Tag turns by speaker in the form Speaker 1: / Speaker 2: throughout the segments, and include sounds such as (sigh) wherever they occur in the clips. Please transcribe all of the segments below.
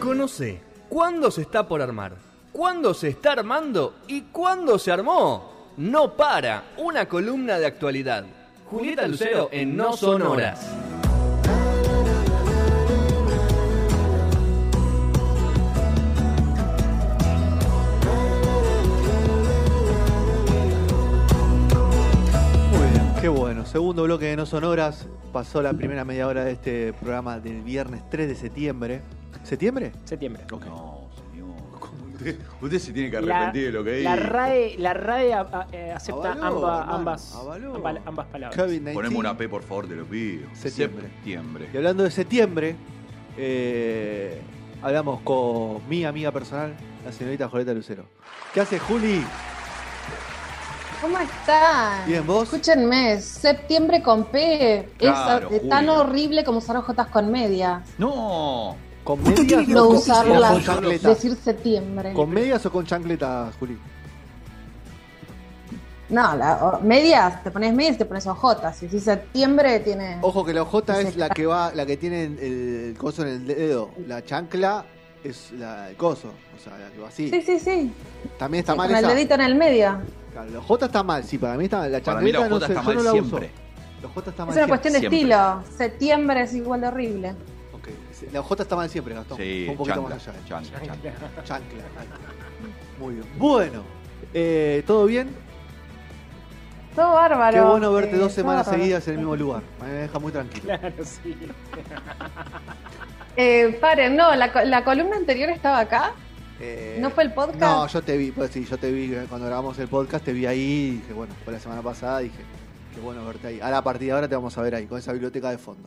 Speaker 1: conoce cuándo se está por armar, cuándo se está armando y cuándo se armó. No para, una columna de actualidad. Julieta Lucero en No Son Horas.
Speaker 2: Muy bien, qué bueno. Segundo bloque de No Sonoras. Pasó la primera media hora de este programa del viernes 3 de septiembre. ¿Septiembre?
Speaker 3: Septiembre.
Speaker 4: No, señor. Usted, usted se tiene que
Speaker 3: La,
Speaker 4: arrepentir de lo que dijo.
Speaker 3: la RAE, la RAE a- a- eh, acepta
Speaker 2: Avaló,
Speaker 3: amba-
Speaker 2: hermano,
Speaker 3: ambas,
Speaker 2: avaló.
Speaker 3: amba- ambas palabras.
Speaker 2: COVID-19.
Speaker 4: Ponemos una P, por favor, te lo pido.
Speaker 2: Septiembre.
Speaker 4: Septiembre.
Speaker 2: Y hablando de septiembre, eh, hablamos con mi amiga personal, la señorita Julieta Lucero. ¿Qué hace Juli?
Speaker 5: ¿Cómo están?
Speaker 2: Bien, ¿vos?
Speaker 5: Escúchenme, septiembre con P
Speaker 4: Claro,
Speaker 5: es eh, tan
Speaker 4: Julio.
Speaker 5: horrible como usar hojotas con media.
Speaker 4: No.
Speaker 2: ¿Con medias
Speaker 5: No
Speaker 2: o con-
Speaker 5: usarlas,
Speaker 2: o con chancletas?
Speaker 5: decir Eh, septiembre.
Speaker 2: ¿Con medias o con chancletas, Juli?
Speaker 5: No, la, o- medias, te pones medias y te pones hojotas. Si decís septiembre tiene...
Speaker 2: Ojo que la ojota
Speaker 5: Sí,
Speaker 2: es la que va, la que tiene el, el coso en el dedo. La chancla es la, el coso, o sea, la que va así.
Speaker 5: Sí, sí, sí.
Speaker 2: También está mal
Speaker 5: con el
Speaker 2: esa.
Speaker 5: dedito en el medio.
Speaker 2: Claro, La J está mal, sí, para mí está la
Speaker 4: Para mí
Speaker 2: chancleta
Speaker 4: la
Speaker 2: no
Speaker 4: J
Speaker 2: sé,
Speaker 4: está
Speaker 2: yo no
Speaker 4: mal
Speaker 2: la
Speaker 4: siempre.
Speaker 2: uso. La J está mal
Speaker 5: Es una
Speaker 2: siempre.
Speaker 5: cuestión
Speaker 4: siempre.
Speaker 5: de estilo. Septiembre es igual de horrible.
Speaker 2: Ok, sí, La J está mal siempre, Gastón.
Speaker 4: Sí,
Speaker 2: un poquito
Speaker 4: chancla,
Speaker 2: más allá.
Speaker 4: chancla, chancla.
Speaker 2: Chancla. Muy bien. Bueno, eh, ¿todo bien?
Speaker 5: Todo bárbaro.
Speaker 2: Qué bueno verte
Speaker 5: eh,
Speaker 2: dos
Speaker 5: todo
Speaker 2: semanas
Speaker 5: bárbaro.
Speaker 2: seguidas en el mismo lugar. Me deja muy tranquilo.
Speaker 3: (laughs) Claro, sí.
Speaker 5: Eh, paren, no, la, co- la columna anterior estaba acá.
Speaker 2: Eh,
Speaker 5: ¿No fue el podcast?
Speaker 2: No, yo te vi, pues sí, yo te vi eh, cuando grabamos el podcast, te vi ahí y dije, bueno, fue la semana pasada, dije, qué bueno verte ahí. Ahora a partir de ahora te vamos a ver ahí, con esa biblioteca de fondo.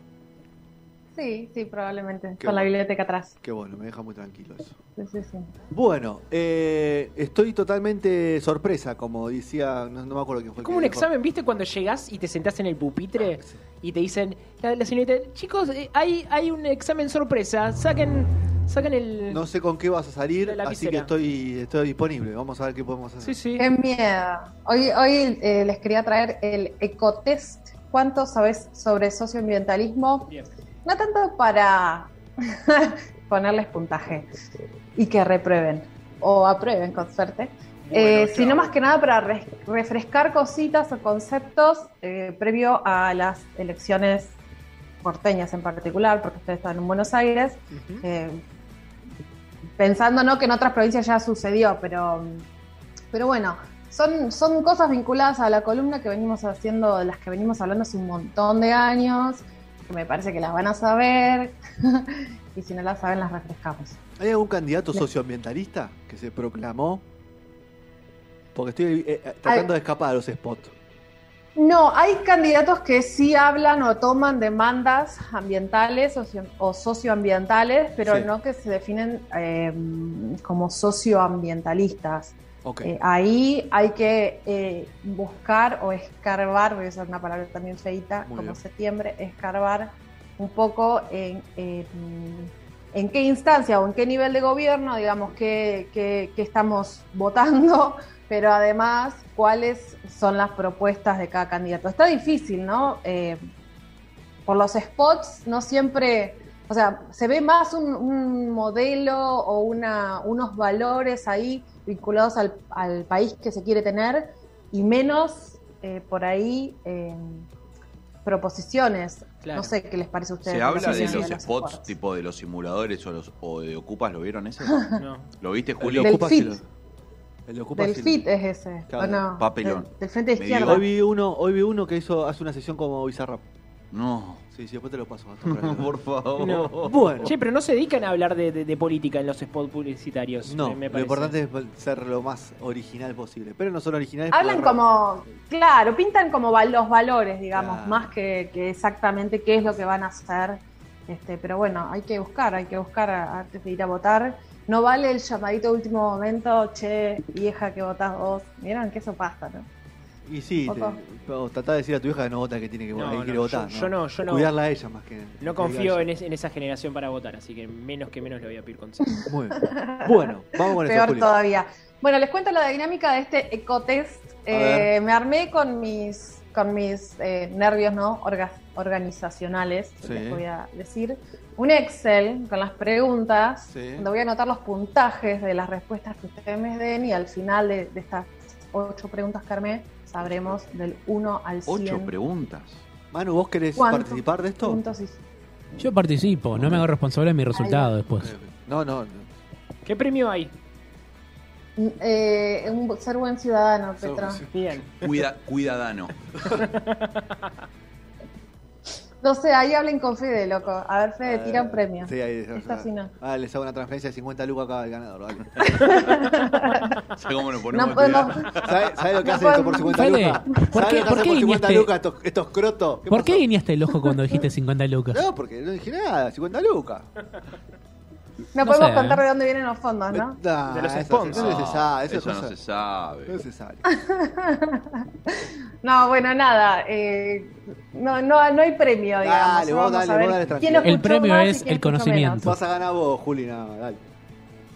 Speaker 5: Sí, sí, probablemente.
Speaker 2: Qué
Speaker 5: con la
Speaker 2: bueno.
Speaker 5: biblioteca atrás.
Speaker 2: Qué bueno, me deja muy tranquilo eso.
Speaker 5: Sí, sí, sí.
Speaker 2: Bueno, eh, estoy totalmente sorpresa, como decía, no, no me acuerdo quién fue. el
Speaker 3: Es como
Speaker 2: que
Speaker 3: un
Speaker 2: dijo. Ah,
Speaker 3: examen, ¿viste? Cuando llegás y te sentás en el pupitre y te dicen, la, la señorita, chicos, eh, hay, hay un examen sorpresa, saquen, saquen el...
Speaker 2: No sé con qué vas a salir,
Speaker 3: De la
Speaker 2: así que
Speaker 3: víscera.
Speaker 2: estoy, estoy disponible. Vamos a ver qué podemos hacer.
Speaker 3: Sí, sí.
Speaker 5: Qué miedo. Hoy, hoy eh, les quería traer el ecotest. ¿Cuánto sabes sobre socioambientalismo?
Speaker 3: Bien.
Speaker 5: No tanto para (laughs) ponerles puntaje y que reprueben o aprueben con suerte, eh,
Speaker 3: Bueno,
Speaker 5: sino
Speaker 3: chao.
Speaker 5: más que nada para res- refrescar cositas o conceptos eh, previo a las elecciones porteñas en particular, porque ustedes están en Buenos Aires.
Speaker 3: Ujú.
Speaker 5: Eh, pensando no que en otras provincias ya sucedió, pero, pero bueno, son, son cosas vinculadas a la columna que venimos haciendo, de las que venimos hablando hace un montón de años, que me parece que las van a saber, (laughs) y si no las saben las refrescamos.
Speaker 2: ¿Hay algún candidato socioambientalista que se proclamó? Porque estoy eh, eh, tratando de escapar a los spots.
Speaker 5: No, hay candidatos que sí hablan o toman demandas ambientales o, socio- o socioambientales, pero
Speaker 2: Sí.
Speaker 5: no que se definen eh, como socioambientalistas.
Speaker 2: Ok.
Speaker 5: Eh, ahí hay que eh, buscar o escarbar, voy a usar una palabra también feita,
Speaker 2: Muy
Speaker 5: como
Speaker 2: bien.
Speaker 5: septiembre, escarbar un poco en, en- en qué instancia o en qué nivel de gobierno, digamos, qué, qué- qué estamos votando, (laughs) pero además cuáles son las propuestas de cada candidato. Está difícil, ¿no? Eh, por los spots no siempre, o sea, se ve más un, un modelo o una, unos valores ahí vinculados al, al país que se quiere tener y menos eh, por ahí eh, proposiciones.
Speaker 3: Claro.
Speaker 5: No sé qué les parece a ustedes.
Speaker 4: ¿Se habla
Speaker 5: No sé
Speaker 4: de
Speaker 5: si
Speaker 4: los
Speaker 5: ven
Speaker 4: spots tipo de los simuladores o, los, o de Ocupas? ¿Lo vieron ese?
Speaker 3: No.
Speaker 4: ¿Lo viste,
Speaker 2: Julio
Speaker 4: Julio?
Speaker 5: Del
Speaker 2: ocupa si
Speaker 5: fit.
Speaker 2: lo- el de ocupa
Speaker 5: Del
Speaker 2: si lo-
Speaker 5: FIT es ese,
Speaker 2: Claro,
Speaker 5: ¿o no?
Speaker 4: papelón.
Speaker 5: Del, del frente
Speaker 4: Me
Speaker 5: izquierdo.
Speaker 2: Hoy vi uno, hoy vi uno que hizo hace una sesión como Bizarrap.
Speaker 4: No.
Speaker 2: Sí, sí, después te lo paso. Gastón, para que lo
Speaker 3: (laughs)
Speaker 2: veas.
Speaker 4: por favor.
Speaker 3: No.
Speaker 2: (laughs) Bueno.
Speaker 3: Che, pero no se dedican a hablar de, de- de política en los spots publicitarios.
Speaker 2: No,
Speaker 3: me- me
Speaker 2: lo
Speaker 3: parece.
Speaker 2: importante es ser lo más original posible. Pero no son originales.
Speaker 5: Hablan
Speaker 2: porque-
Speaker 5: como, claro, pintan como val- los valores, digamos,
Speaker 2: Claro.
Speaker 5: más que, que exactamente qué es lo que van a hacer. Este, pero bueno, hay que buscar, hay que buscar a- antes de ir a votar. No vale el llamadito de último momento, che, vieja que votás vos. Vieron que eso pasa, ¿no?
Speaker 2: Y sí, te,
Speaker 5: Poco.
Speaker 2: o tratá de decir a tu hija que no vota, que tiene que,
Speaker 3: No,
Speaker 2: ahí
Speaker 3: no,
Speaker 2: quiere
Speaker 3: yo-
Speaker 2: votar.
Speaker 3: yo no, yo no-
Speaker 2: Cuidarla a ella más que.
Speaker 3: No confío en, es- en esa generación para votar, así que menos que menos le voy a pedir consejo.
Speaker 2: Muy bien.
Speaker 5: (laughs)
Speaker 2: Bueno, vamos con eso,
Speaker 5: Peor
Speaker 2: Juli.
Speaker 5: todavía. Bueno, les cuento la dinámica de este ecotest.
Speaker 2: A ver.
Speaker 5: Eh, me armé con mis con mis eh, nervios ¿no? Orga- organizacionales,
Speaker 2: Sí.
Speaker 5: les voy a decir, un Excel con las preguntas,
Speaker 2: Sí.
Speaker 5: donde voy a anotar los puntajes de las respuestas que ustedes me den y al final de, de estas ocho preguntas que armé, sabremos del 1 al 100.
Speaker 4: Ocho preguntas.
Speaker 2: Manu, ¿vos querés
Speaker 5: ¿Cuánto?
Speaker 2: participar de esto?
Speaker 5: puntos y-
Speaker 6: Yo participo, no me hago responsable de mi resultado
Speaker 2: Ok,
Speaker 6: después.
Speaker 2: ok. No, no, no.
Speaker 3: ¿Qué premio hay?
Speaker 5: Eh, un, ser buen ciudadano, Petra.
Speaker 3: Bien.
Speaker 4: Cuida, cuidadano.
Speaker 5: No sé, ahí hablen con Fede, loco. A ver, Fede, Eh, tira un premio.
Speaker 2: Sí, ahí o
Speaker 5: Esta
Speaker 2: sea,
Speaker 5: sí no.
Speaker 2: Ah, les hago una transferencia de 50 lucas acá al ganador, vale.
Speaker 4: ¿Sabes cómo nos ponemos
Speaker 5: No
Speaker 4: a
Speaker 5: podemos.
Speaker 4: cuidar?
Speaker 2: ¿Sabes lo que
Speaker 5: No
Speaker 2: hacen esto por
Speaker 5: podemos.
Speaker 2: 50
Speaker 6: Fede,
Speaker 2: lucas?
Speaker 6: ¿por
Speaker 2: ¿Sabes lo que
Speaker 6: qué- por
Speaker 2: hacen
Speaker 6: qué
Speaker 2: por 50
Speaker 6: guiñaste?
Speaker 2: lucas estos, estos crotos?
Speaker 6: ¿Por qué
Speaker 2: pasó?
Speaker 6: guiñaste el ojo cuando dijiste 50 lucas?
Speaker 5: (laughs)
Speaker 2: No, porque no dije nada, 50 lucas.
Speaker 5: ¿Ah, No,
Speaker 6: No
Speaker 5: podemos
Speaker 6: sé. ¿eh?
Speaker 5: contar de dónde vienen los fondos, ¿no?
Speaker 2: Nah,
Speaker 3: De los
Speaker 2: eso-
Speaker 3: sponsors.
Speaker 2: Eso, no se sabe, eso,
Speaker 4: eso
Speaker 2: es
Speaker 4: no
Speaker 2: cosa-
Speaker 4: se sabe.
Speaker 2: no se sabe.
Speaker 5: No, bueno, nada. eh, no, no, no hay premio, digamos.
Speaker 2: Dale, vos
Speaker 5: Vamos
Speaker 2: dale,
Speaker 5: a ver
Speaker 2: vos dale, tranquilo.
Speaker 5: quién
Speaker 2: El
Speaker 5: escuchó
Speaker 6: premio
Speaker 5: más y
Speaker 6: es
Speaker 5: quién
Speaker 6: el
Speaker 5: escuchó
Speaker 6: conocimiento.
Speaker 2: Vas a ganar vos, Juli, nada, dale.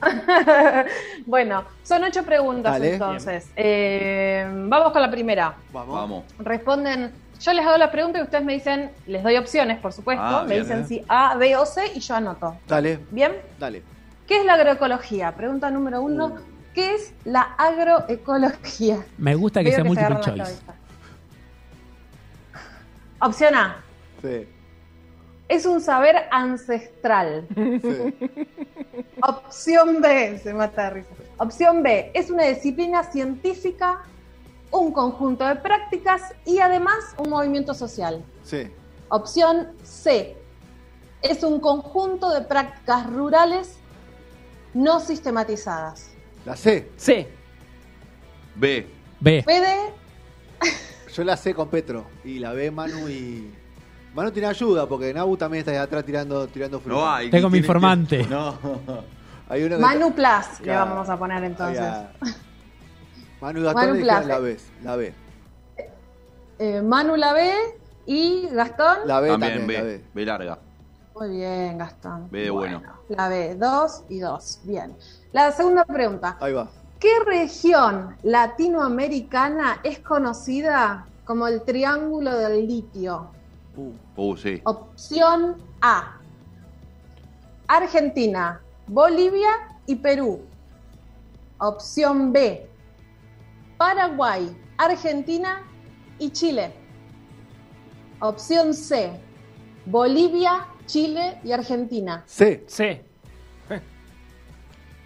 Speaker 5: menos. (laughs) bueno, son ocho preguntas
Speaker 2: Dale.
Speaker 5: entonces. Eh, vamos con la primera.
Speaker 2: Vamos.
Speaker 4: Vamos.
Speaker 5: Responden. Yo les hago la pregunta y ustedes me dicen, les doy opciones, por supuesto.
Speaker 4: Ah,
Speaker 5: me
Speaker 4: bien,
Speaker 5: dicen
Speaker 4: eh.
Speaker 5: si A, B o C y yo anoto.
Speaker 2: Dale,
Speaker 5: ¿Bien?
Speaker 2: dale.
Speaker 5: ¿Qué es la agroecología? Pregunta número
Speaker 2: Uh.
Speaker 5: uno. ¿Qué es la agroecología?
Speaker 6: Me gusta que
Speaker 5: Veo
Speaker 6: sea
Speaker 5: se
Speaker 6: multiple
Speaker 5: agarran la
Speaker 6: choice.
Speaker 5: cabeza. Opción A.
Speaker 2: Sí,
Speaker 5: Es un saber
Speaker 6: (laughs)
Speaker 5: ancestral.
Speaker 2: sí.
Speaker 5: Opción B. Se mata de risa. Opción B. Es una disciplina científica, un conjunto de prácticas y además un movimiento social.
Speaker 2: sí.
Speaker 5: Opción C. Es un conjunto de prácticas rurales no sistematizadas.
Speaker 2: La sé,
Speaker 3: Sí.
Speaker 4: B.
Speaker 6: B.
Speaker 5: PD,
Speaker 2: yo la sé con Petro. Y la ve Manu y. Manu tiene ayuda porque Nabu también está ahí atrás tirando, tirando fruta.
Speaker 4: No hay.
Speaker 6: Tengo mi
Speaker 4: Tiene-
Speaker 6: informante.
Speaker 4: No.
Speaker 2: (laughs) Hay uno que-
Speaker 5: Manu Plus le
Speaker 2: Claro.
Speaker 5: vamos a poner entonces.
Speaker 2: Había- Manu
Speaker 5: Manu
Speaker 2: Gatón dijeron,
Speaker 5: Plaza.
Speaker 2: la ves, la ve.
Speaker 5: Eh, Manu la B y Gastón.
Speaker 2: La ve también,
Speaker 4: También
Speaker 2: la
Speaker 4: B.
Speaker 2: ve.
Speaker 4: B larga.
Speaker 5: Muy bien, Gastón.
Speaker 4: B de bueno.
Speaker 5: La B, dos y dos. Bien. La segunda pregunta.
Speaker 2: Ahí va.
Speaker 5: ¿Qué región latinoamericana es conocida como el Triángulo del Litio?
Speaker 2: Uh,
Speaker 4: Uh, sí.
Speaker 5: Opción A. Argentina, Bolivia y Perú. Opción B. Paraguay, Argentina y Chile. Opción C. Bolivia, Chile y Argentina.
Speaker 2: C.
Speaker 3: Sí.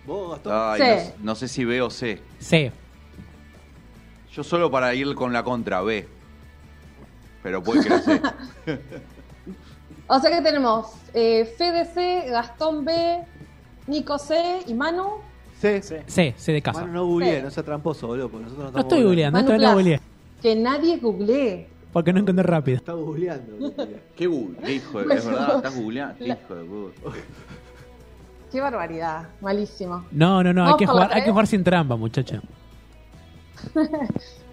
Speaker 2: Vos, Gastón.
Speaker 4: Ay,
Speaker 5: C.
Speaker 4: no s- No, sé si B o C.
Speaker 6: C.
Speaker 4: Yo solo para ir con la contra, B. Pero puede que la C.
Speaker 5: O sea que tenemos eh, Fede C, Gastón B, Nico C y Manu.
Speaker 2: C.
Speaker 3: Sí.
Speaker 6: C. C de casa.
Speaker 2: Manu, no googleé,
Speaker 5: C.
Speaker 2: no sea tramposo, boludo, porque nosotros no
Speaker 6: No
Speaker 2: estamos
Speaker 6: estoy googleando,
Speaker 5: Manu
Speaker 6: esto no
Speaker 5: Plaza.
Speaker 6: googleé.
Speaker 5: Que nadie googlee.
Speaker 6: Porque no entendí rápido.
Speaker 2: Está googleando. boludo.
Speaker 4: ¿Qué Google? Hijo de, es verdad, estás googleando. Hijo de puta.
Speaker 5: Qué barbaridad. Malísimo.
Speaker 6: No, no, no, hay
Speaker 5: Vamos
Speaker 6: que
Speaker 5: por la
Speaker 6: jugar, hay que
Speaker 5: tres.
Speaker 6: jugar sin trampa, muchacho.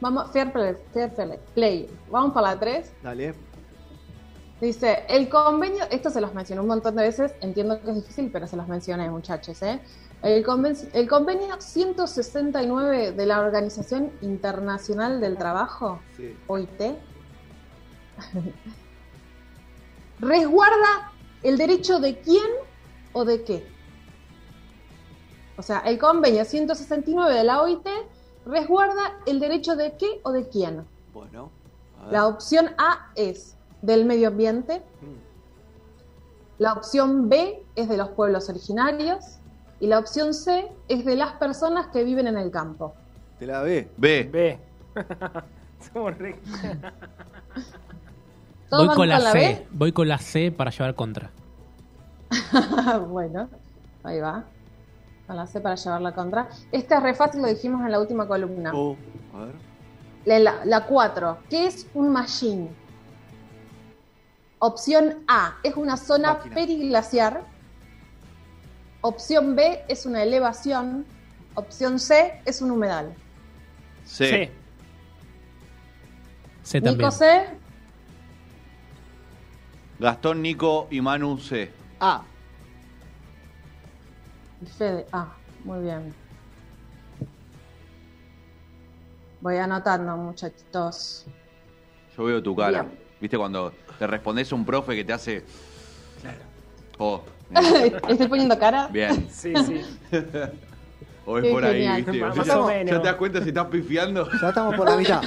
Speaker 5: Vamos, fair play, fair play, play. Vamos para la 3.
Speaker 2: Dale.
Speaker 5: Dice, el convenio, esto se los mencioné un montón de veces, entiendo que es difícil, pero se los mencioné, muchachos. ¿eh? El, conven- el convenio 169 de la Organización Internacional del Trabajo,
Speaker 2: Sí.
Speaker 5: OIT, resguarda el derecho de quién o de qué. O sea, el convenio 169 de la OIT resguarda el derecho de qué o de quién.
Speaker 2: Bueno. a ver.
Speaker 5: La opción A es del medio ambiente,
Speaker 2: Mm.
Speaker 5: la opción B es de los pueblos originarios y la opción C es de las personas que viven en el campo.
Speaker 2: Te la ve.
Speaker 4: B.
Speaker 3: B. (laughs) Somos re-
Speaker 5: ¿Todos
Speaker 6: Voy
Speaker 5: van
Speaker 6: con la, C.
Speaker 5: B?
Speaker 6: Voy con la C para llevar contra.
Speaker 5: Ah, bueno, ahí va. Con la C para llevarla contra. Esta es re fácil, lo dijimos en la última columna.
Speaker 2: Uh, a ver.
Speaker 5: La- La 4. ¿Qué es un machine? Opción A. Es una zona
Speaker 2: Máquina.
Speaker 5: periglaciar. Opción B. Es una elevación. Opción C. Es un humedal.
Speaker 4: C.
Speaker 3: Sí.
Speaker 6: C
Speaker 5: Nico
Speaker 6: también.
Speaker 5: C.
Speaker 4: Gastón, Nico y Manu, C.
Speaker 2: A.
Speaker 5: Y Fede A. Muy bien. Voy anotando, muchachitos. (laughs)
Speaker 4: Yo veo tu cara.
Speaker 5: Bien.
Speaker 4: ¿Viste cuando te respondes a un profe que te hace. Oh,
Speaker 5: ¿Estoy poniendo cara?
Speaker 4: bien.
Speaker 3: Sí, sí.
Speaker 4: O es
Speaker 5: Qué
Speaker 4: por
Speaker 5: genial.
Speaker 4: ahí, ¿viste?
Speaker 3: Más
Speaker 4: Ya-
Speaker 3: o menos.
Speaker 4: Ya te das cuenta si estás pifiando.
Speaker 2: Ya estamos
Speaker 5: (laughs)
Speaker 2: por la mitad.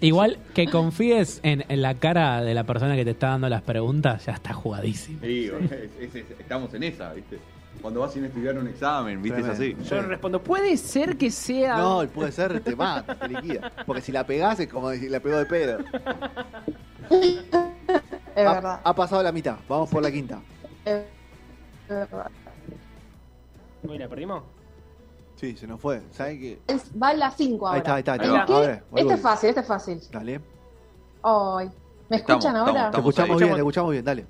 Speaker 6: Igual que confíes en, en la cara de la persona que te está dando las preguntas, ya está jugadísimo.
Speaker 4: Sí, es- es- estamos en esa, ¿viste? Cuando vas sin estudiar un examen, ¿viste? Es así.
Speaker 2: Tremendo.
Speaker 3: Yo le respondo, puede ser que sea.
Speaker 2: No, y puede ser, te mata, te liquida. Porque si la pegás es como decir, la pegó de pedo.
Speaker 5: Es
Speaker 2: Ha,
Speaker 5: verdad.
Speaker 2: ha pasado la mitad, vamos por la quinta.
Speaker 5: es verdad.
Speaker 3: Uy, ¿la perdimos?
Speaker 2: Sí, se nos fue. ¿Saben qué?
Speaker 5: Es- va en la 5 ahora.
Speaker 2: Ahí está, ahí está, ahí
Speaker 4: Ahí
Speaker 2: está.
Speaker 4: va.
Speaker 5: ¿Qué?
Speaker 2: Ahora, ahí
Speaker 5: este
Speaker 2: voy.
Speaker 5: es fácil, este es fácil.
Speaker 2: Dale.
Speaker 5: Ay, ¿Me
Speaker 4: Estamos,
Speaker 5: escuchan ahora?
Speaker 2: Te
Speaker 4: Estamos
Speaker 2: escuchamos
Speaker 4: ahí.
Speaker 2: bien, te escuchamos bien, dale.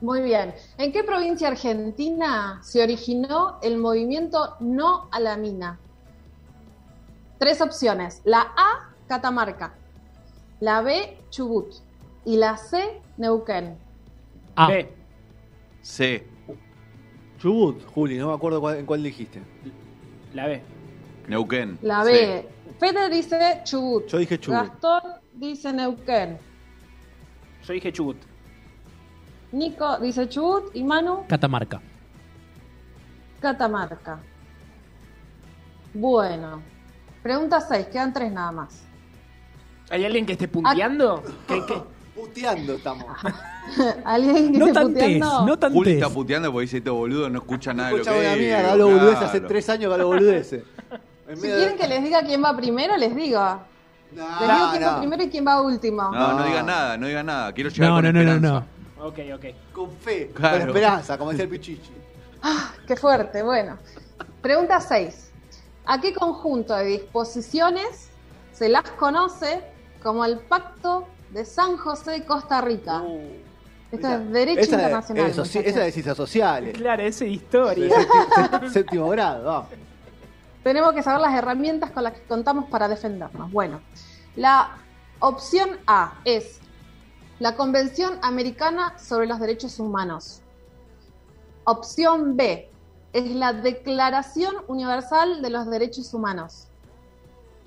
Speaker 5: Muy bien. ¿En qué provincia argentina se originó el movimiento No a la mina? Tres opciones. La A, Catamarca. La B, Chubut. Y la C, Neuquén.
Speaker 6: Ah,
Speaker 3: B.
Speaker 4: Sí.
Speaker 2: Chubut, Juli, no me acuerdo cuál- en cuál dijiste.
Speaker 3: La B.
Speaker 4: Neuquén.
Speaker 5: La
Speaker 4: Sí.
Speaker 5: B. Fede dice Chubut.
Speaker 2: Yo dije Chubut.
Speaker 5: Gastón dice Neuquén.
Speaker 3: Yo dije Chubut.
Speaker 5: Nico dice Chubut. Y Manu,
Speaker 6: Catamarca.
Speaker 5: Catamarca. Bueno. Pregunta 6. Quedan tres nada más. (laughs)
Speaker 3: ¿Hay alguien que esté punteando? ¿Qué, qué?
Speaker 2: Puteando estamos.
Speaker 5: ¿Alguien que
Speaker 6: No
Speaker 5: esté
Speaker 6: tantes,
Speaker 5: puteando?
Speaker 6: no
Speaker 4: Juli
Speaker 6: tantes.
Speaker 4: está puteando porque dice este boludo no escucha nada de lo que
Speaker 2: Escuchaba una
Speaker 4: digo,
Speaker 2: mierda, hablo boludeces. Hace
Speaker 4: claro.
Speaker 2: tres años que hablo (laughs) boludeces. En
Speaker 5: Si
Speaker 2: medio
Speaker 5: quieren
Speaker 2: de-
Speaker 5: que les diga quién va primero, les digo. Les digo
Speaker 2: No,
Speaker 5: quién va
Speaker 2: no.
Speaker 5: primero y quién va último.
Speaker 4: No, no
Speaker 2: No.
Speaker 4: digas nada, no digas nada. Quiero llegar
Speaker 6: No,
Speaker 4: con
Speaker 6: no, no, no,
Speaker 4: esperanza.
Speaker 6: no.
Speaker 3: Ok, ok.
Speaker 2: Con fe,
Speaker 4: Claro.
Speaker 2: con esperanza, como decía el pichichi.
Speaker 5: Qué fuerte, bueno. Pregunta 6. ¿A qué conjunto de disposiciones se las conoce como el Pacto de San José de Costa Rica? Esto
Speaker 2: Esa-
Speaker 5: es Derecho
Speaker 2: Uh, esa de-
Speaker 5: Internacional.
Speaker 2: eso, sí,
Speaker 5: muchachos.
Speaker 2: esa de ciencias sociales.
Speaker 3: Claro, esa
Speaker 2: De
Speaker 3: es historia.
Speaker 2: séptimo, sé- séptimo grado, vamos.
Speaker 5: Tenemos que saber las herramientas con las que contamos para defendernos. Bueno, la opción A es la Convención Americana sobre los Derechos Humanos. Opción B es la Declaración Universal de los Derechos Humanos.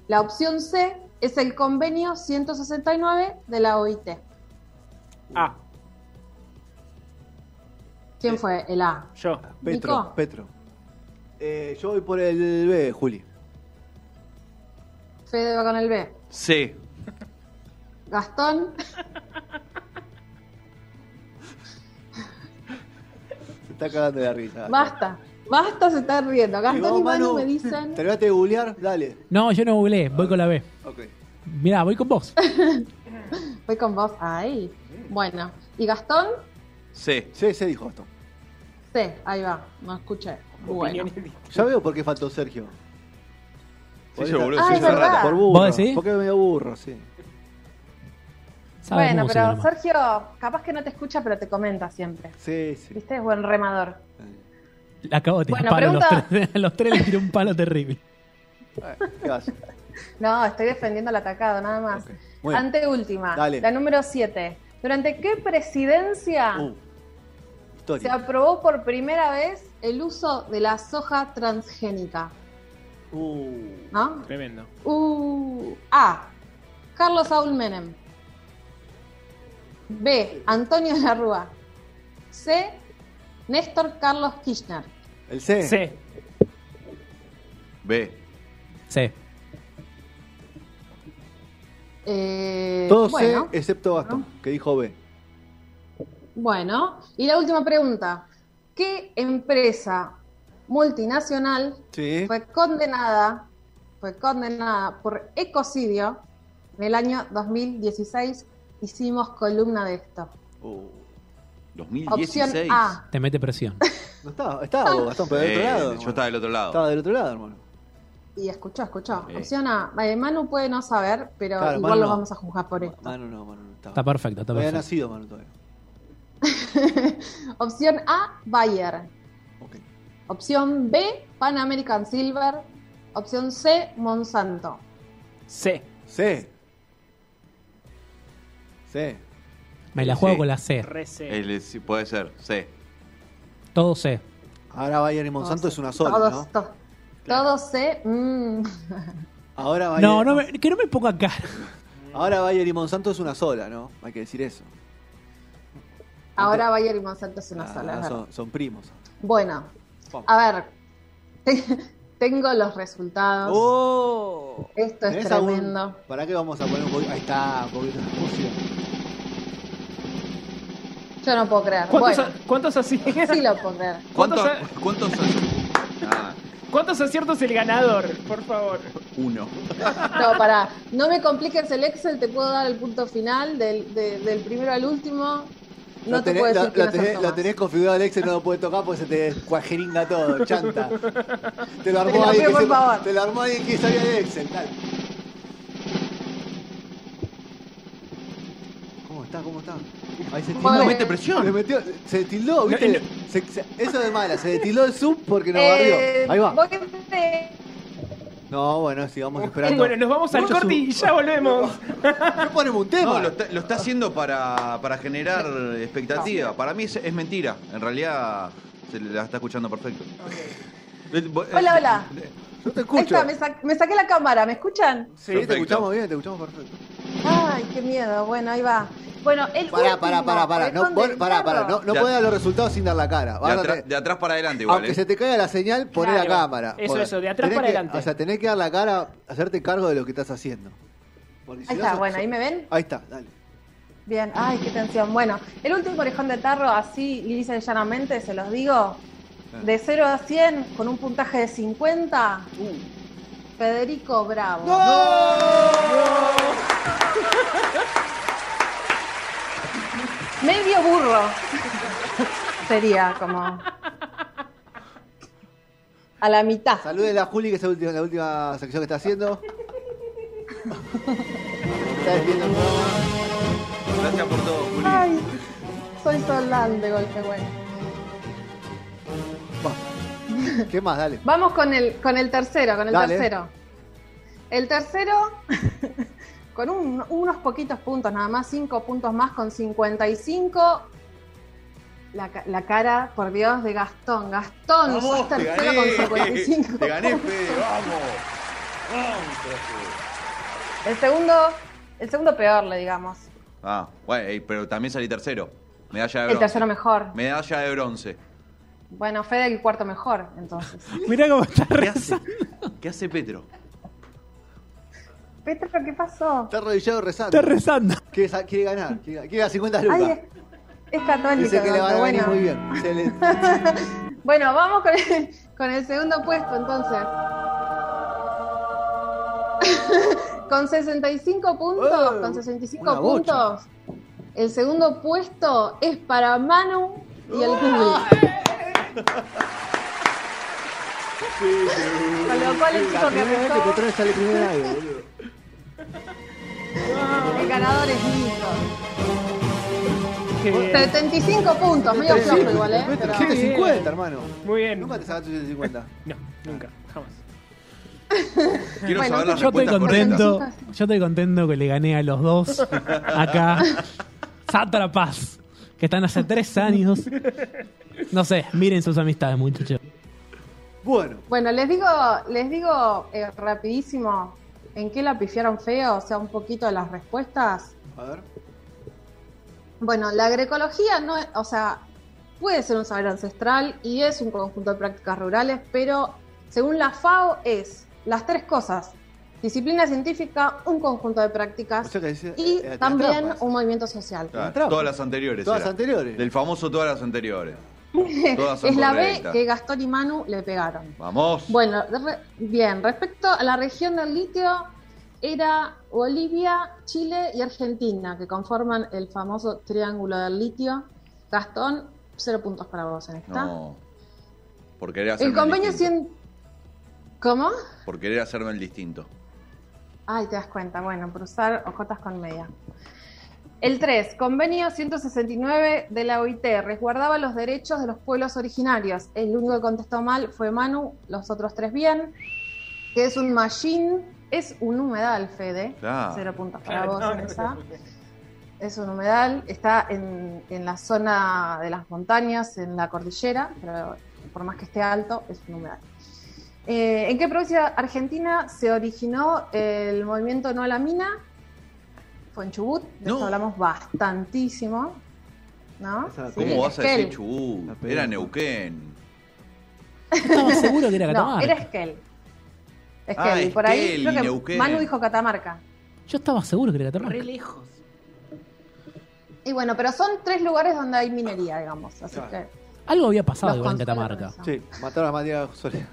Speaker 5: La opción C es el Convenio 169 de la OIT.
Speaker 3: Ah,
Speaker 5: ¿Quién fue? El A.
Speaker 3: yo.
Speaker 2: Petro,
Speaker 5: Nico.
Speaker 2: Petro. Eh, yo voy por el B, Juli.
Speaker 5: Fede va con el B.
Speaker 4: Sí.
Speaker 5: Gastón.
Speaker 2: Se está cagando de la risa.
Speaker 5: Basta. Basta, se están riendo.
Speaker 2: Y
Speaker 5: Gastón
Speaker 2: vos,
Speaker 5: y Manu
Speaker 2: Manu,
Speaker 5: me dicen...
Speaker 2: ¿Te lo de googlear? Dale.
Speaker 6: No, yo no googleé, voy con la B.
Speaker 2: Ok.
Speaker 6: Mirá, voy con vos.
Speaker 5: Voy con vos. Ahí.
Speaker 2: Mm.
Speaker 5: Bueno. ¿Y Gastón?
Speaker 4: Sí.
Speaker 2: Sí, se dijo esto.
Speaker 5: Sí, ahí va. No escuché. Bueno.
Speaker 3: Opiniones
Speaker 2: Ya veo por qué faltó Sergio.
Speaker 4: Sí,
Speaker 2: Por
Speaker 4: yo,
Speaker 2: esta-
Speaker 4: boludo,
Speaker 5: Ah,
Speaker 4: soy
Speaker 5: es
Speaker 4: una
Speaker 5: verdad.
Speaker 4: rata.
Speaker 2: Por burro.
Speaker 6: ¿Vos decís?
Speaker 2: Porque me aburro, sí.
Speaker 6: Sabes
Speaker 5: Bueno,
Speaker 6: música
Speaker 5: pero
Speaker 6: nomás.
Speaker 5: Sergio, capaz que no te escucha, pero te comenta siempre.
Speaker 2: Sí, sí.
Speaker 5: ¿Viste? Es buen remador.
Speaker 6: La acabo de tirar
Speaker 5: Bueno,
Speaker 6: palo a los
Speaker 5: pregunta-
Speaker 6: tres. A los tres les tiré un palo terrible.
Speaker 2: Eh, ¿Qué vas?
Speaker 5: No, estoy defendiendo al atacado, nada más.
Speaker 2: Ok. Bueno.
Speaker 5: Ante última,
Speaker 2: Dale.
Speaker 5: la número 7. ¿Durante qué presidencia
Speaker 2: Uh,
Speaker 5: Ah. se
Speaker 2: historia.
Speaker 5: aprobó por primera vez el uso de la soja transgénica?
Speaker 2: Uh,
Speaker 5: ¿No?
Speaker 3: Tremendo.
Speaker 5: Uh, A. Carlos Saúl Menem. B. Antonio Larrúa. C. Néstor Carlos Kirchner.
Speaker 2: el C.
Speaker 3: C.
Speaker 4: B.
Speaker 6: Sí.
Speaker 5: Eh,
Speaker 2: Todo
Speaker 5: bueno,
Speaker 2: C excepto Gastón, que dijo B.
Speaker 5: bueno, y la última pregunta. ¿Qué empresa multinacional
Speaker 2: Sí.
Speaker 5: fue condenada, fue condenada por ecocidio en el año 2016? Hicimos columna de esto.
Speaker 2: Uh,
Speaker 4: 2016.
Speaker 5: Opción A.
Speaker 6: Te mete presión.
Speaker 2: no estaba, estaba vos, Gastón, pero del otro
Speaker 4: Eh,
Speaker 2: lado.
Speaker 4: yo
Speaker 2: hermano.
Speaker 4: estaba del otro lado.
Speaker 2: Estaba del otro lado, hermano.
Speaker 5: Y escuchó, escuchó.
Speaker 4: Sí.
Speaker 5: Opción A. Eh, Manu puede no saber, pero
Speaker 2: Claro,
Speaker 5: igual
Speaker 2: Manu
Speaker 5: lo
Speaker 2: no.
Speaker 5: vamos a juzgar por esto.
Speaker 2: Mano no, mano no. Estaba.
Speaker 6: Está perfecto, está
Speaker 2: No había
Speaker 6: perfecto.
Speaker 2: nacido, mano, todavía.
Speaker 5: Opción A, Bayer.
Speaker 2: Ok.
Speaker 5: Opción B, Pan American Silver. Opción C, Monsanto.
Speaker 3: C.
Speaker 2: C. C.
Speaker 6: Me la juego
Speaker 4: Sí.
Speaker 6: con la C.
Speaker 3: Re C.
Speaker 4: El- sí, puede ser, C.
Speaker 6: Todo C.
Speaker 2: Ahora Bayern y Monsanto
Speaker 5: Todos-
Speaker 2: es una sola,
Speaker 5: todos-
Speaker 2: ¿no?
Speaker 5: to- Todos C. mm.
Speaker 2: Ahora Bayern.
Speaker 6: No, no me- que no me ponga cara. (laughs)
Speaker 2: Ahora Bayer y Monsanto es una sola, ¿no? Hay que decir eso.
Speaker 5: Ahora Bayer y Monsanto es una
Speaker 2: Ah,
Speaker 5: sola. es verdad.
Speaker 2: son, son primos.
Speaker 5: Bueno,
Speaker 2: Vamos.
Speaker 5: a ver. (laughs) Tengo los resultados.
Speaker 2: ¡Oh!
Speaker 5: Esto es
Speaker 2: ¿Tenés algún-
Speaker 5: tremendo.
Speaker 2: ¿Para qué vamos a poner un poquito? Ahí está, un poquito de música.
Speaker 5: Yo no puedo creer.
Speaker 3: ¿Cuántos,
Speaker 5: Bueno,
Speaker 3: a- cuántos así?
Speaker 5: sí lo puedo creer.
Speaker 4: ¿Cuántos,
Speaker 3: ¿Cuántos
Speaker 4: ¿cuántos son? Ah,
Speaker 3: (laughs) ¿Cuántos aciertos el ganador? Por favor.
Speaker 4: uno.
Speaker 5: No, para. No me compliques el Excel, te puedo dar el punto final del, de- del primero al último. No
Speaker 2: Lo
Speaker 5: te
Speaker 2: tenés-
Speaker 5: puedo decir
Speaker 2: lo-
Speaker 5: quién
Speaker 2: lo tenés,
Speaker 5: acertó
Speaker 2: lo
Speaker 5: más.
Speaker 2: tenés configurado Alex no lo puedes tocar porque se te cuajeringa todo, chanta. Te lo
Speaker 5: Te
Speaker 2: armó
Speaker 5: lo
Speaker 2: alguien
Speaker 5: pido,
Speaker 2: que,
Speaker 5: por favor.
Speaker 2: te lo armó alguien que sabía de Excel, dale. ¿Cómo está? ¿Cómo está? Ahí se tildó.
Speaker 5: Bueno.
Speaker 4: mete presión.
Speaker 2: Le metió- se tildó, ¿viste? Se- se- eso de mala, se tildó el sub porque nos
Speaker 5: Eh,
Speaker 2: barrió. Ahí va.
Speaker 5: voy de-
Speaker 2: No, bueno, sigamos esperando.
Speaker 3: Bueno, nos vamos al
Speaker 2: Mucho
Speaker 3: corte
Speaker 2: sub.
Speaker 3: y ya volvemos.
Speaker 2: No ponemos un tema.
Speaker 4: No, lo está, lo está haciendo para, para generar expectativa. Para mí es, es mentira. En realidad se la está escuchando perfecto. eh,
Speaker 5: Hola, hola.
Speaker 2: Yo te
Speaker 5: Ahí
Speaker 2: escucho.
Speaker 5: está, me, sa- me saqué la cámara, ¿me escuchan?
Speaker 2: Sí,
Speaker 4: Perfecto.
Speaker 2: te escuchamos bien, te escuchamos perfecto.
Speaker 5: Ay, qué miedo. Bueno, ahí va. Bueno, el
Speaker 2: Pará,
Speaker 5: último
Speaker 2: pará, pará, pará.
Speaker 5: es
Speaker 2: No,
Speaker 5: donde
Speaker 2: vos-
Speaker 5: el
Speaker 2: pará, pará.
Speaker 5: perro-
Speaker 2: No, no
Speaker 4: Ya.
Speaker 2: podés dar los resultados sin dar la cara.
Speaker 4: De,
Speaker 2: Vas a
Speaker 4: atrás-
Speaker 2: tener-
Speaker 4: de atrás para adelante igual.
Speaker 2: Aunque
Speaker 4: ¿eh?
Speaker 2: se te caiga la señal, poné
Speaker 3: Claro.
Speaker 2: la cámara.
Speaker 3: Eso, eso, de atrás
Speaker 2: Tenés
Speaker 3: para
Speaker 2: que-
Speaker 3: adelante.
Speaker 2: O sea, tenés que dar la cara, hacerte cargo de lo que estás haciendo. Porque si
Speaker 5: Ahí
Speaker 2: no,
Speaker 5: está,
Speaker 2: se-
Speaker 5: bueno,
Speaker 2: se-
Speaker 5: ahí me ven.
Speaker 2: Ahí está, dale.
Speaker 5: Bien, ay, qué tensión. Bueno, el último orejón de tarro, así lisa y llanamente, se los
Speaker 2: Ah.
Speaker 5: digo, de 0 a 100, con un puntaje de 50,
Speaker 2: Uh.
Speaker 5: Federico Bravo. Medio burro. Sería como... A la mitad.
Speaker 2: Saluden a Juli, que es la última, la última sección que está haciendo. está despidiendo el programa.
Speaker 4: Gracias por todo, Juli.
Speaker 5: Ay, soy Solán de golpe, bueno.
Speaker 2: Va. ¿Qué más? Dale.
Speaker 5: Vamos con el, con el tercero, con el
Speaker 2: Dale.
Speaker 5: tercero. El tercero, con un- unos poquitos puntos, nada más, cinco puntos más, con 55. La, ca- la cara, por Dios, de Gastón. Gastón, sos tercero con 55.
Speaker 4: Te gané, Fede, vamos.
Speaker 5: El segundo, el segundo peor, le digamos.
Speaker 4: Ah, bueno, ey, pero también salí tercero. Medalla de
Speaker 5: El
Speaker 4: bronce.
Speaker 5: tercero mejor.
Speaker 4: Medalla de bronce.
Speaker 5: Bueno, Fede, el cuarto mejor, (laughs) entonces.
Speaker 6: Mirá cómo está
Speaker 4: ¿Qué hace? ¿Qué hace Petro?
Speaker 5: Petro, ¿qué pasó?
Speaker 2: Está arrodillado rezando.
Speaker 6: Está rezando.
Speaker 2: Quiere, sa- quiere ganar. Quiere, quiere las 50 lucas.
Speaker 5: Ay, es, es católico.
Speaker 2: Dice que le va a
Speaker 5: Gastón,
Speaker 2: venir
Speaker 5: bueno.
Speaker 2: muy bien.
Speaker 5: (laughs)
Speaker 2: Excelente.
Speaker 5: Bueno, vamos con el, con el segundo puesto entonces. (laughs) con 65 puntos,
Speaker 2: Eh,
Speaker 5: con
Speaker 2: una
Speaker 5: 65
Speaker 2: bocha.
Speaker 5: puntos, el segundo puesto es para Manu y el
Speaker 2: (laughs)
Speaker 5: público. Con lo cual el chico
Speaker 2: La
Speaker 5: que
Speaker 2: primera vez que
Speaker 5: apostó,
Speaker 2: te traes sale primero en algo, boludo.
Speaker 5: el ganador es Nico.
Speaker 3: Qué bien.
Speaker 5: 75 puntos, medio flojo igual, ¿eh?
Speaker 2: Perfecto,
Speaker 5: Pero-
Speaker 3: Qué bien.
Speaker 2: 150, hermano.
Speaker 3: Muy bien.
Speaker 2: Nunca te sacaste 150.
Speaker 3: No, nunca, jamás.
Speaker 4: Quiero
Speaker 5: Bueno,
Speaker 4: saber las
Speaker 6: Yo estoy
Speaker 4: respuestas
Speaker 6: contento.
Speaker 5: correctas.
Speaker 6: Yo estoy contento que le gané a los dos acá.
Speaker 4: (laughs)
Speaker 6: Sátrapas. Que están hace tres años. No sé, miren sus amistades, muchachos.
Speaker 2: Bueno,
Speaker 5: Bueno, les digo, les digo eh, rapidísimo en qué la pifiaron feo, o sea, un poquito de las respuestas.
Speaker 2: a ver.
Speaker 5: Bueno, la agroecología no, es- o sea, puede ser un saber ancestral y es un conjunto de prácticas rurales, pero según la FAO es las tres cosas: disciplina científica, un conjunto de prácticas
Speaker 2: O sea que dice-
Speaker 5: y
Speaker 2: eh, las
Speaker 5: también
Speaker 2: trampas.
Speaker 5: un movimiento social.
Speaker 4: correctas.
Speaker 2: Trampa.
Speaker 4: Ah, Todas las anteriores.
Speaker 2: Todas
Speaker 4: era.
Speaker 2: anteriores.
Speaker 4: Del famoso todas las anteriores.
Speaker 5: (laughs)
Speaker 4: Todas son
Speaker 5: es la B
Speaker 4: correctas.
Speaker 5: que Gastón y Manu le pegaron.
Speaker 4: Vamos.
Speaker 5: Bueno, re- bien, respecto a la región del litio, era Bolivia, Chile y Argentina, que conforman el famoso triángulo del litio. Gastón, cero puntos para vos en esta.
Speaker 4: No. Por querer hacerme
Speaker 5: el convenio
Speaker 4: distinto.
Speaker 5: 100... ¿Cómo?
Speaker 4: Por querer hacerme el distinto.
Speaker 5: Ay, te das cuenta. Bueno, por usar ojotas con media. El 3, convenio 169 de la OIT, resguardaba los derechos de los pueblos originarios. El único que contestó mal fue Manu, los otros tres bien. Que es un machín, es un humedal, Fede.
Speaker 4: Claro.
Speaker 5: Cero puntos para
Speaker 3: Claro,
Speaker 5: vos
Speaker 3: no,
Speaker 5: en
Speaker 3: no,
Speaker 5: esa.
Speaker 3: no.
Speaker 5: Es un humedal, está en, en la zona de las montañas, en la cordillera, pero por más que esté alto, es un humedal. Eh, ¿En qué provincia argentina se originó el movimiento No a la Mina? fue en Chubut, de
Speaker 4: No.
Speaker 5: eso hablamos bastantísimo. ¿No?
Speaker 2: Esa-
Speaker 5: Sí,
Speaker 4: ¿Cómo vas a
Speaker 5: Esquel.
Speaker 4: decir Chubut?
Speaker 2: La peor.
Speaker 4: Era Neuquén.
Speaker 6: Estaba seguro que era
Speaker 5: No,
Speaker 6: Catamarca.
Speaker 5: era Esquel. Esquel.
Speaker 4: Ah,
Speaker 5: y por ahí
Speaker 4: Esquel y
Speaker 5: creo que
Speaker 4: Neuquén.
Speaker 5: Manu dijo Catamarca.
Speaker 6: Yo estaba seguro que era Catamarca.
Speaker 3: Re lejos.
Speaker 5: Y bueno, pero son tres lugares donde hay minería, digamos. Así
Speaker 2: Claro.
Speaker 5: que
Speaker 6: Algo había pasado
Speaker 5: los
Speaker 6: igual en
Speaker 5: consuelo
Speaker 6: Catamarca.
Speaker 5: con eso.
Speaker 2: Sí, mataron a Matías Soria.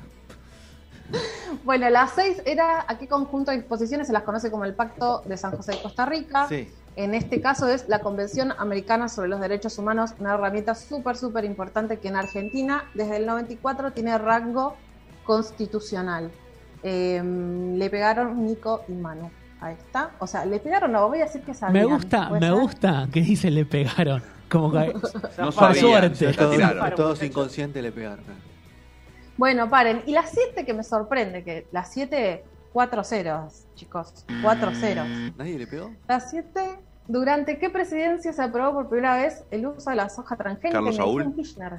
Speaker 5: Bueno, las seis era a qué conjunto de disposiciones se las conoce como el Pacto de San José de Costa Rica.
Speaker 2: Sí.
Speaker 5: En este caso es la Convención Americana sobre los Derechos Humanos, una herramienta súper, súper importante que en Argentina desde el 94 tiene rango constitucional. Eh, le pegaron Nico y Manu. Ahí está. O sea, le pegaron, no, voy a decir que
Speaker 6: Me
Speaker 5: sabían.
Speaker 6: gusta,
Speaker 5: ¿Puede
Speaker 6: me
Speaker 5: ser?
Speaker 6: gusta que dice le pegaron. Como
Speaker 5: (laughs)
Speaker 6: que
Speaker 4: No
Speaker 6: Por
Speaker 4: sabían,
Speaker 6: suerte.
Speaker 4: se la
Speaker 2: Todos,
Speaker 4: tiraron.
Speaker 2: todos inconscientes le pegaron.
Speaker 5: Bueno, paren. Y las siete que me sorprende, que las siete, cuatro ceros, chicos. Cuatro ceros.
Speaker 2: ¿Nadie le pegó?
Speaker 5: La 7. ¿Durante qué presidencia se aprobó por primera vez el uso de la soja transgénica
Speaker 4: Carlos
Speaker 5: en la
Speaker 4: Saúl.
Speaker 5: elección Kirchner?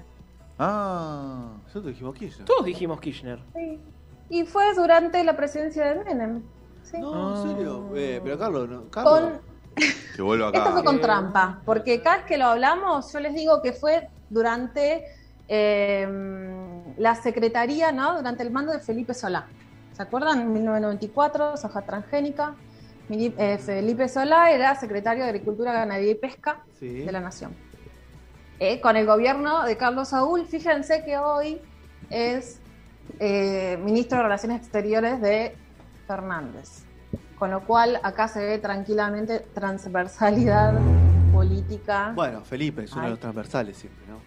Speaker 4: Ah.
Speaker 2: Nosotros dijimos que eso.
Speaker 3: Todos dijimos Kirchner.
Speaker 5: Sí. Y fue durante la presidencia de Menem. Sí.
Speaker 2: No, en serio. Eh, pero Carlos, no. Carlos.
Speaker 5: Con-
Speaker 4: Que vuelva
Speaker 5: esto fue
Speaker 4: acá.
Speaker 5: con trampa, porque cada vez que lo hablamos, yo les digo que fue durante eh, la secretaría, ¿no? Durante el mando de Felipe Solá. ¿Se acuerdan? En 1994, soja transgénica. Mili- eh, Felipe Solá era secretario de Agricultura, Ganadería y Pesca.
Speaker 2: Sí.
Speaker 5: de la nación. Eh, con el gobierno de Carlos Saúl, fíjense que hoy es eh, ministro de Relaciones Exteriores de Fernández. Con lo cual acá se ve tranquilamente transversalidad política. Bueno,
Speaker 2: Bueno, Felipe es uno
Speaker 5: Ay.
Speaker 2: de los transversales siempre, ¿no?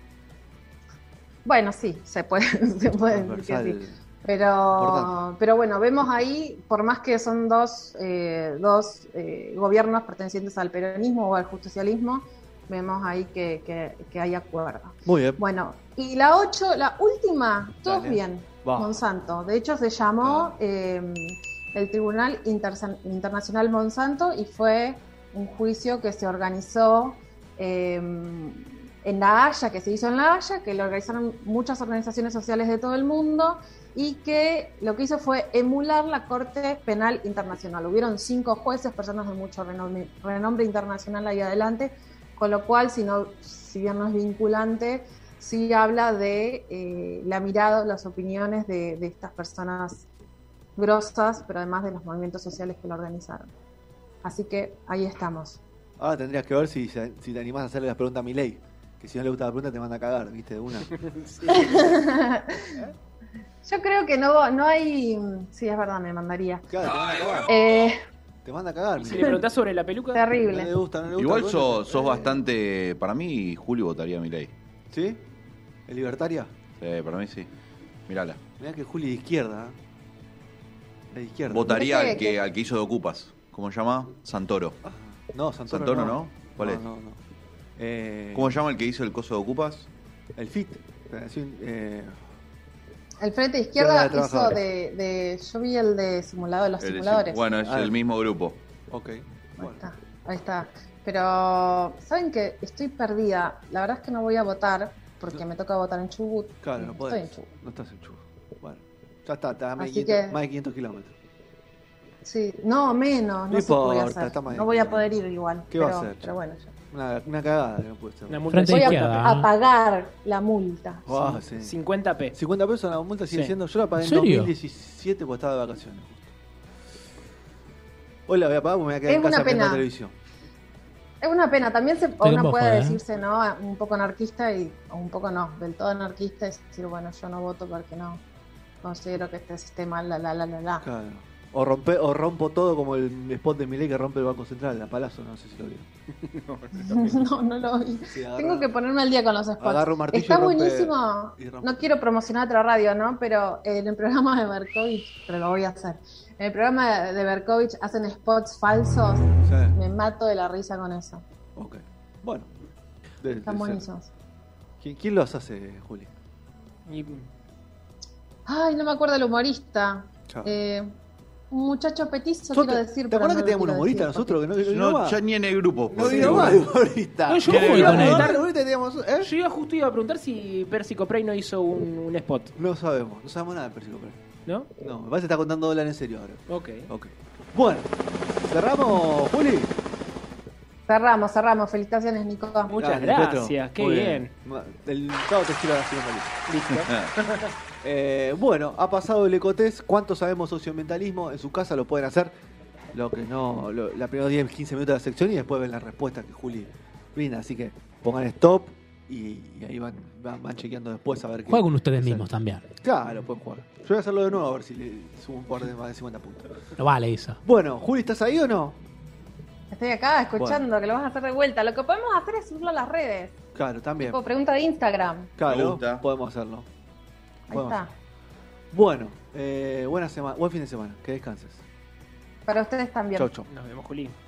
Speaker 5: sí, se puede, (laughs) se puede decir que sí.
Speaker 2: Transversal.
Speaker 5: Pero,
Speaker 2: Importante.
Speaker 5: pero bueno, vemos ahí, por más que son dos, eh, dos eh, gobiernos pertenecientes al peronismo o al justicialismo, vemos ahí que, que- que hay acuerdo.
Speaker 2: Muy bien.
Speaker 5: Bueno, y la 8, la última, todos
Speaker 2: Dale.
Speaker 5: bien,
Speaker 2: Va.
Speaker 5: Monsanto. De hecho, se llamó
Speaker 2: Ah.
Speaker 5: eh, el Tribunal Intersan- Internacional Monsanto y fue un juicio que se organizó eh, en La Haya, que se hizo en La Haya, que lo organizaron muchas organizaciones sociales de todo el mundo y que lo que hizo fue emular la Corte Penal Internacional. Hubieron cinco jueces, personas de mucho renombre, renombre internacional ahí adelante, con lo cual, si, no, si bien no es vinculante, sí habla de eh, la mirada, las opiniones de, de estas personas grosas, pero además de los movimientos sociales que lo organizaron. Así que ahí estamos.
Speaker 2: Ahora tendrías que ver si, se- si te animás a hacerle las preguntas a Milei. Que si no le gusta la pregunta te manda a cagar, ¿viste? De una.
Speaker 5: Yo creo que no, no hay... mm, Sí, es verdad, me mandaría.
Speaker 2: Claro, te manda
Speaker 4: Ah,
Speaker 2: a cagar.
Speaker 5: Eh,
Speaker 2: Te manda a cagar,
Speaker 3: Y si
Speaker 2: (laughs)
Speaker 3: le
Speaker 2: Milei.
Speaker 3: preguntás sobre la peluca,
Speaker 2: No le
Speaker 5: terrible.
Speaker 2: gusta, no le gusta.
Speaker 4: Igual
Speaker 2: la
Speaker 4: sos,
Speaker 2: pregunta,
Speaker 4: sos
Speaker 2: eh,
Speaker 4: bastante. Para mí, Julio votaría a Milei.
Speaker 2: ¿Sí? ¿Es libertaria?
Speaker 4: Sí, para mí sí. Mírala.
Speaker 2: Mirá que Juli de izquierda. ¿eh? Es De izquierda.
Speaker 4: Votaría
Speaker 5: Parece
Speaker 4: al que,
Speaker 5: que-
Speaker 4: al que hizo de Ocupas. ¿Cómo se llama? Santoro.
Speaker 2: No, Santoro.
Speaker 4: Santoro, ¿no? ¿Cuál
Speaker 2: No,
Speaker 4: es?
Speaker 2: No, no. Eh,
Speaker 4: ¿Cómo se llama el que hizo el coso de Ocupas?
Speaker 2: El FIT. Eh, sí, eh,
Speaker 5: El Frente de
Speaker 2: Izquierda
Speaker 5: Izquierda
Speaker 2: de
Speaker 5: hizo
Speaker 2: Trabajadores.
Speaker 5: de, de- Yo vi el de simulado de los
Speaker 4: El de-
Speaker 5: simuladores.
Speaker 4: Bueno, es
Speaker 2: Ah.
Speaker 4: el mismo grupo.
Speaker 2: ok.
Speaker 5: Ahí
Speaker 2: Bueno.
Speaker 5: está, ahí está. Pero, ¿saben que Estoy perdida. La verdad es que no voy a votar porque me toca votar en Chubut.
Speaker 2: Claro, no
Speaker 5: Estoy en
Speaker 2: podés.
Speaker 5: Chubut.
Speaker 2: No estás en chubo. Bueno. Ya está, está a más, de
Speaker 5: Así
Speaker 2: 500
Speaker 5: que-
Speaker 2: más de 500 kilómetros.
Speaker 5: Sí, no, menos. No,
Speaker 2: No
Speaker 5: sé qué voy a
Speaker 2: importa,
Speaker 5: hacer.
Speaker 2: está mal.
Speaker 5: No voy a poder ir igual.
Speaker 2: ¿Qué
Speaker 5: pero,
Speaker 2: va a hacer?
Speaker 5: Pero bueno, ya.
Speaker 2: Una, una cagada que no puede ser.
Speaker 3: una multa
Speaker 6: Frente
Speaker 5: voy
Speaker 3: de
Speaker 5: a,
Speaker 6: izquierda.
Speaker 5: a pagar la multa.
Speaker 2: Ah, sí.
Speaker 3: 50 p.
Speaker 2: 50 pesos la multa sigue
Speaker 3: Sí.
Speaker 2: siendo. Yo la pagué en
Speaker 6: ¿En serio?
Speaker 2: 2017 porque estaba de vacaciones. Justo. Hoy la voy a pagar porque me voy a quedar
Speaker 5: Es
Speaker 2: en casa
Speaker 5: una
Speaker 2: viendo
Speaker 5: pena.
Speaker 2: televisión.
Speaker 5: Es una pena. También se,
Speaker 6: con
Speaker 5: uno
Speaker 6: vos,
Speaker 5: puede
Speaker 6: Fabio, ¿eh?
Speaker 5: decirse, ¿no? Ah, Un poco anarquista y o un poco no. Del todo anarquista es decir, bueno, yo no voto porque no considero que este sistema, la, la, la, la, la. (laughs)
Speaker 2: Claro. O, rompe, o rompo todo como el spot de Milei que rompe el Banco Central, la palazo, no sé si lo vio.
Speaker 5: No, no lo vi.
Speaker 2: Sí, agarra-
Speaker 5: Tengo que ponerme al día con los spots.
Speaker 2: Agarra un martillo
Speaker 5: Está
Speaker 2: y rompe-
Speaker 5: buenísimo.
Speaker 2: y rompe.
Speaker 5: No quiero promocionar otra radio, ¿no? Pero en el programa de Berkovich, pero lo voy a hacer. En el programa de Berkovich hacen spots falsos.
Speaker 2: Sí,
Speaker 5: Me mato de la risa con eso.
Speaker 2: ok. Bueno. De- de-
Speaker 5: Están
Speaker 2: de-
Speaker 5: buenísimos.
Speaker 2: ¿Quién, quién los hace, Juli?
Speaker 3: Y
Speaker 5: Ay, no me acuerdo el humorista.
Speaker 2: Chao.
Speaker 5: Eh, un muchacho petizo,
Speaker 2: Yo
Speaker 5: quiero
Speaker 2: te-
Speaker 5: decir.
Speaker 2: ¿Te
Speaker 5: pero
Speaker 2: acuerdas
Speaker 5: no
Speaker 2: que
Speaker 5: lo
Speaker 2: teníamos un
Speaker 5: quiero
Speaker 2: humorista
Speaker 5: decir,
Speaker 2: nosotros que no, que no,
Speaker 4: No,
Speaker 2: más?
Speaker 4: ya ni en el grupo.
Speaker 2: No
Speaker 4: porque-
Speaker 2: vino más el humorista.
Speaker 6: No, yo
Speaker 2: ¿Quién
Speaker 6: fui
Speaker 2: era?
Speaker 6: con él.
Speaker 2: Ahora, el humorista que teníamos, ¿eh?
Speaker 3: Yo iba justo iba a preguntar si Persico Prey no hizo un, un spot,
Speaker 2: No sabemos, no sabemos nada de Persico Pérez.
Speaker 3: ¿no?
Speaker 2: No, me parece que está contando dólares en serio ahora.
Speaker 3: Ok.
Speaker 2: Ok. Bueno, cerramos, Juli.
Speaker 5: Cerramos, cerramos. Felicitaciones, Nico.
Speaker 3: Muchas
Speaker 2: Dale, Petro.
Speaker 3: gracias, qué
Speaker 2: Muy
Speaker 3: bien.
Speaker 2: Ma- El sábado te estilo así como Listo.
Speaker 4: Ah,
Speaker 2: (laughs) Eh, bueno, ha pasado el ecotés. ¿Cuánto sabemos socioambientalismo? En su casa lo pueden hacer. Lo que no, lo- la primera 10, 15 minutos de la sección y después ven las respuestas que Juli brinda. Así que pongan stop y, y ahí van, van, van chequeando después a ver qué.
Speaker 6: Juega con ustedes
Speaker 2: qué
Speaker 6: mismos
Speaker 2: sale.
Speaker 6: también.
Speaker 2: Claro, pueden jugar. Yo voy a hacerlo de nuevo a ver si le subo un par de más de 50 puntos.
Speaker 6: No vale eso.
Speaker 2: Bueno, Juli, ¿estás ahí o no?
Speaker 5: Estoy acá escuchando que lo vas a hacer de vuelta. Lo que podemos hacer es subirlo a las redes.
Speaker 2: Claro, también.
Speaker 5: Tipo, pregunta de Instagram.
Speaker 4: Me
Speaker 2: Claro,
Speaker 4: gusta.
Speaker 2: podemos hacerlo.
Speaker 5: Ahí
Speaker 2: Podemos
Speaker 5: está.
Speaker 2: hacerlo. Bueno, eh, buena semana, buen fin de semana. Que descanses.
Speaker 5: Para ustedes también.
Speaker 2: Chau, chau.
Speaker 3: Nos vemos, Juli.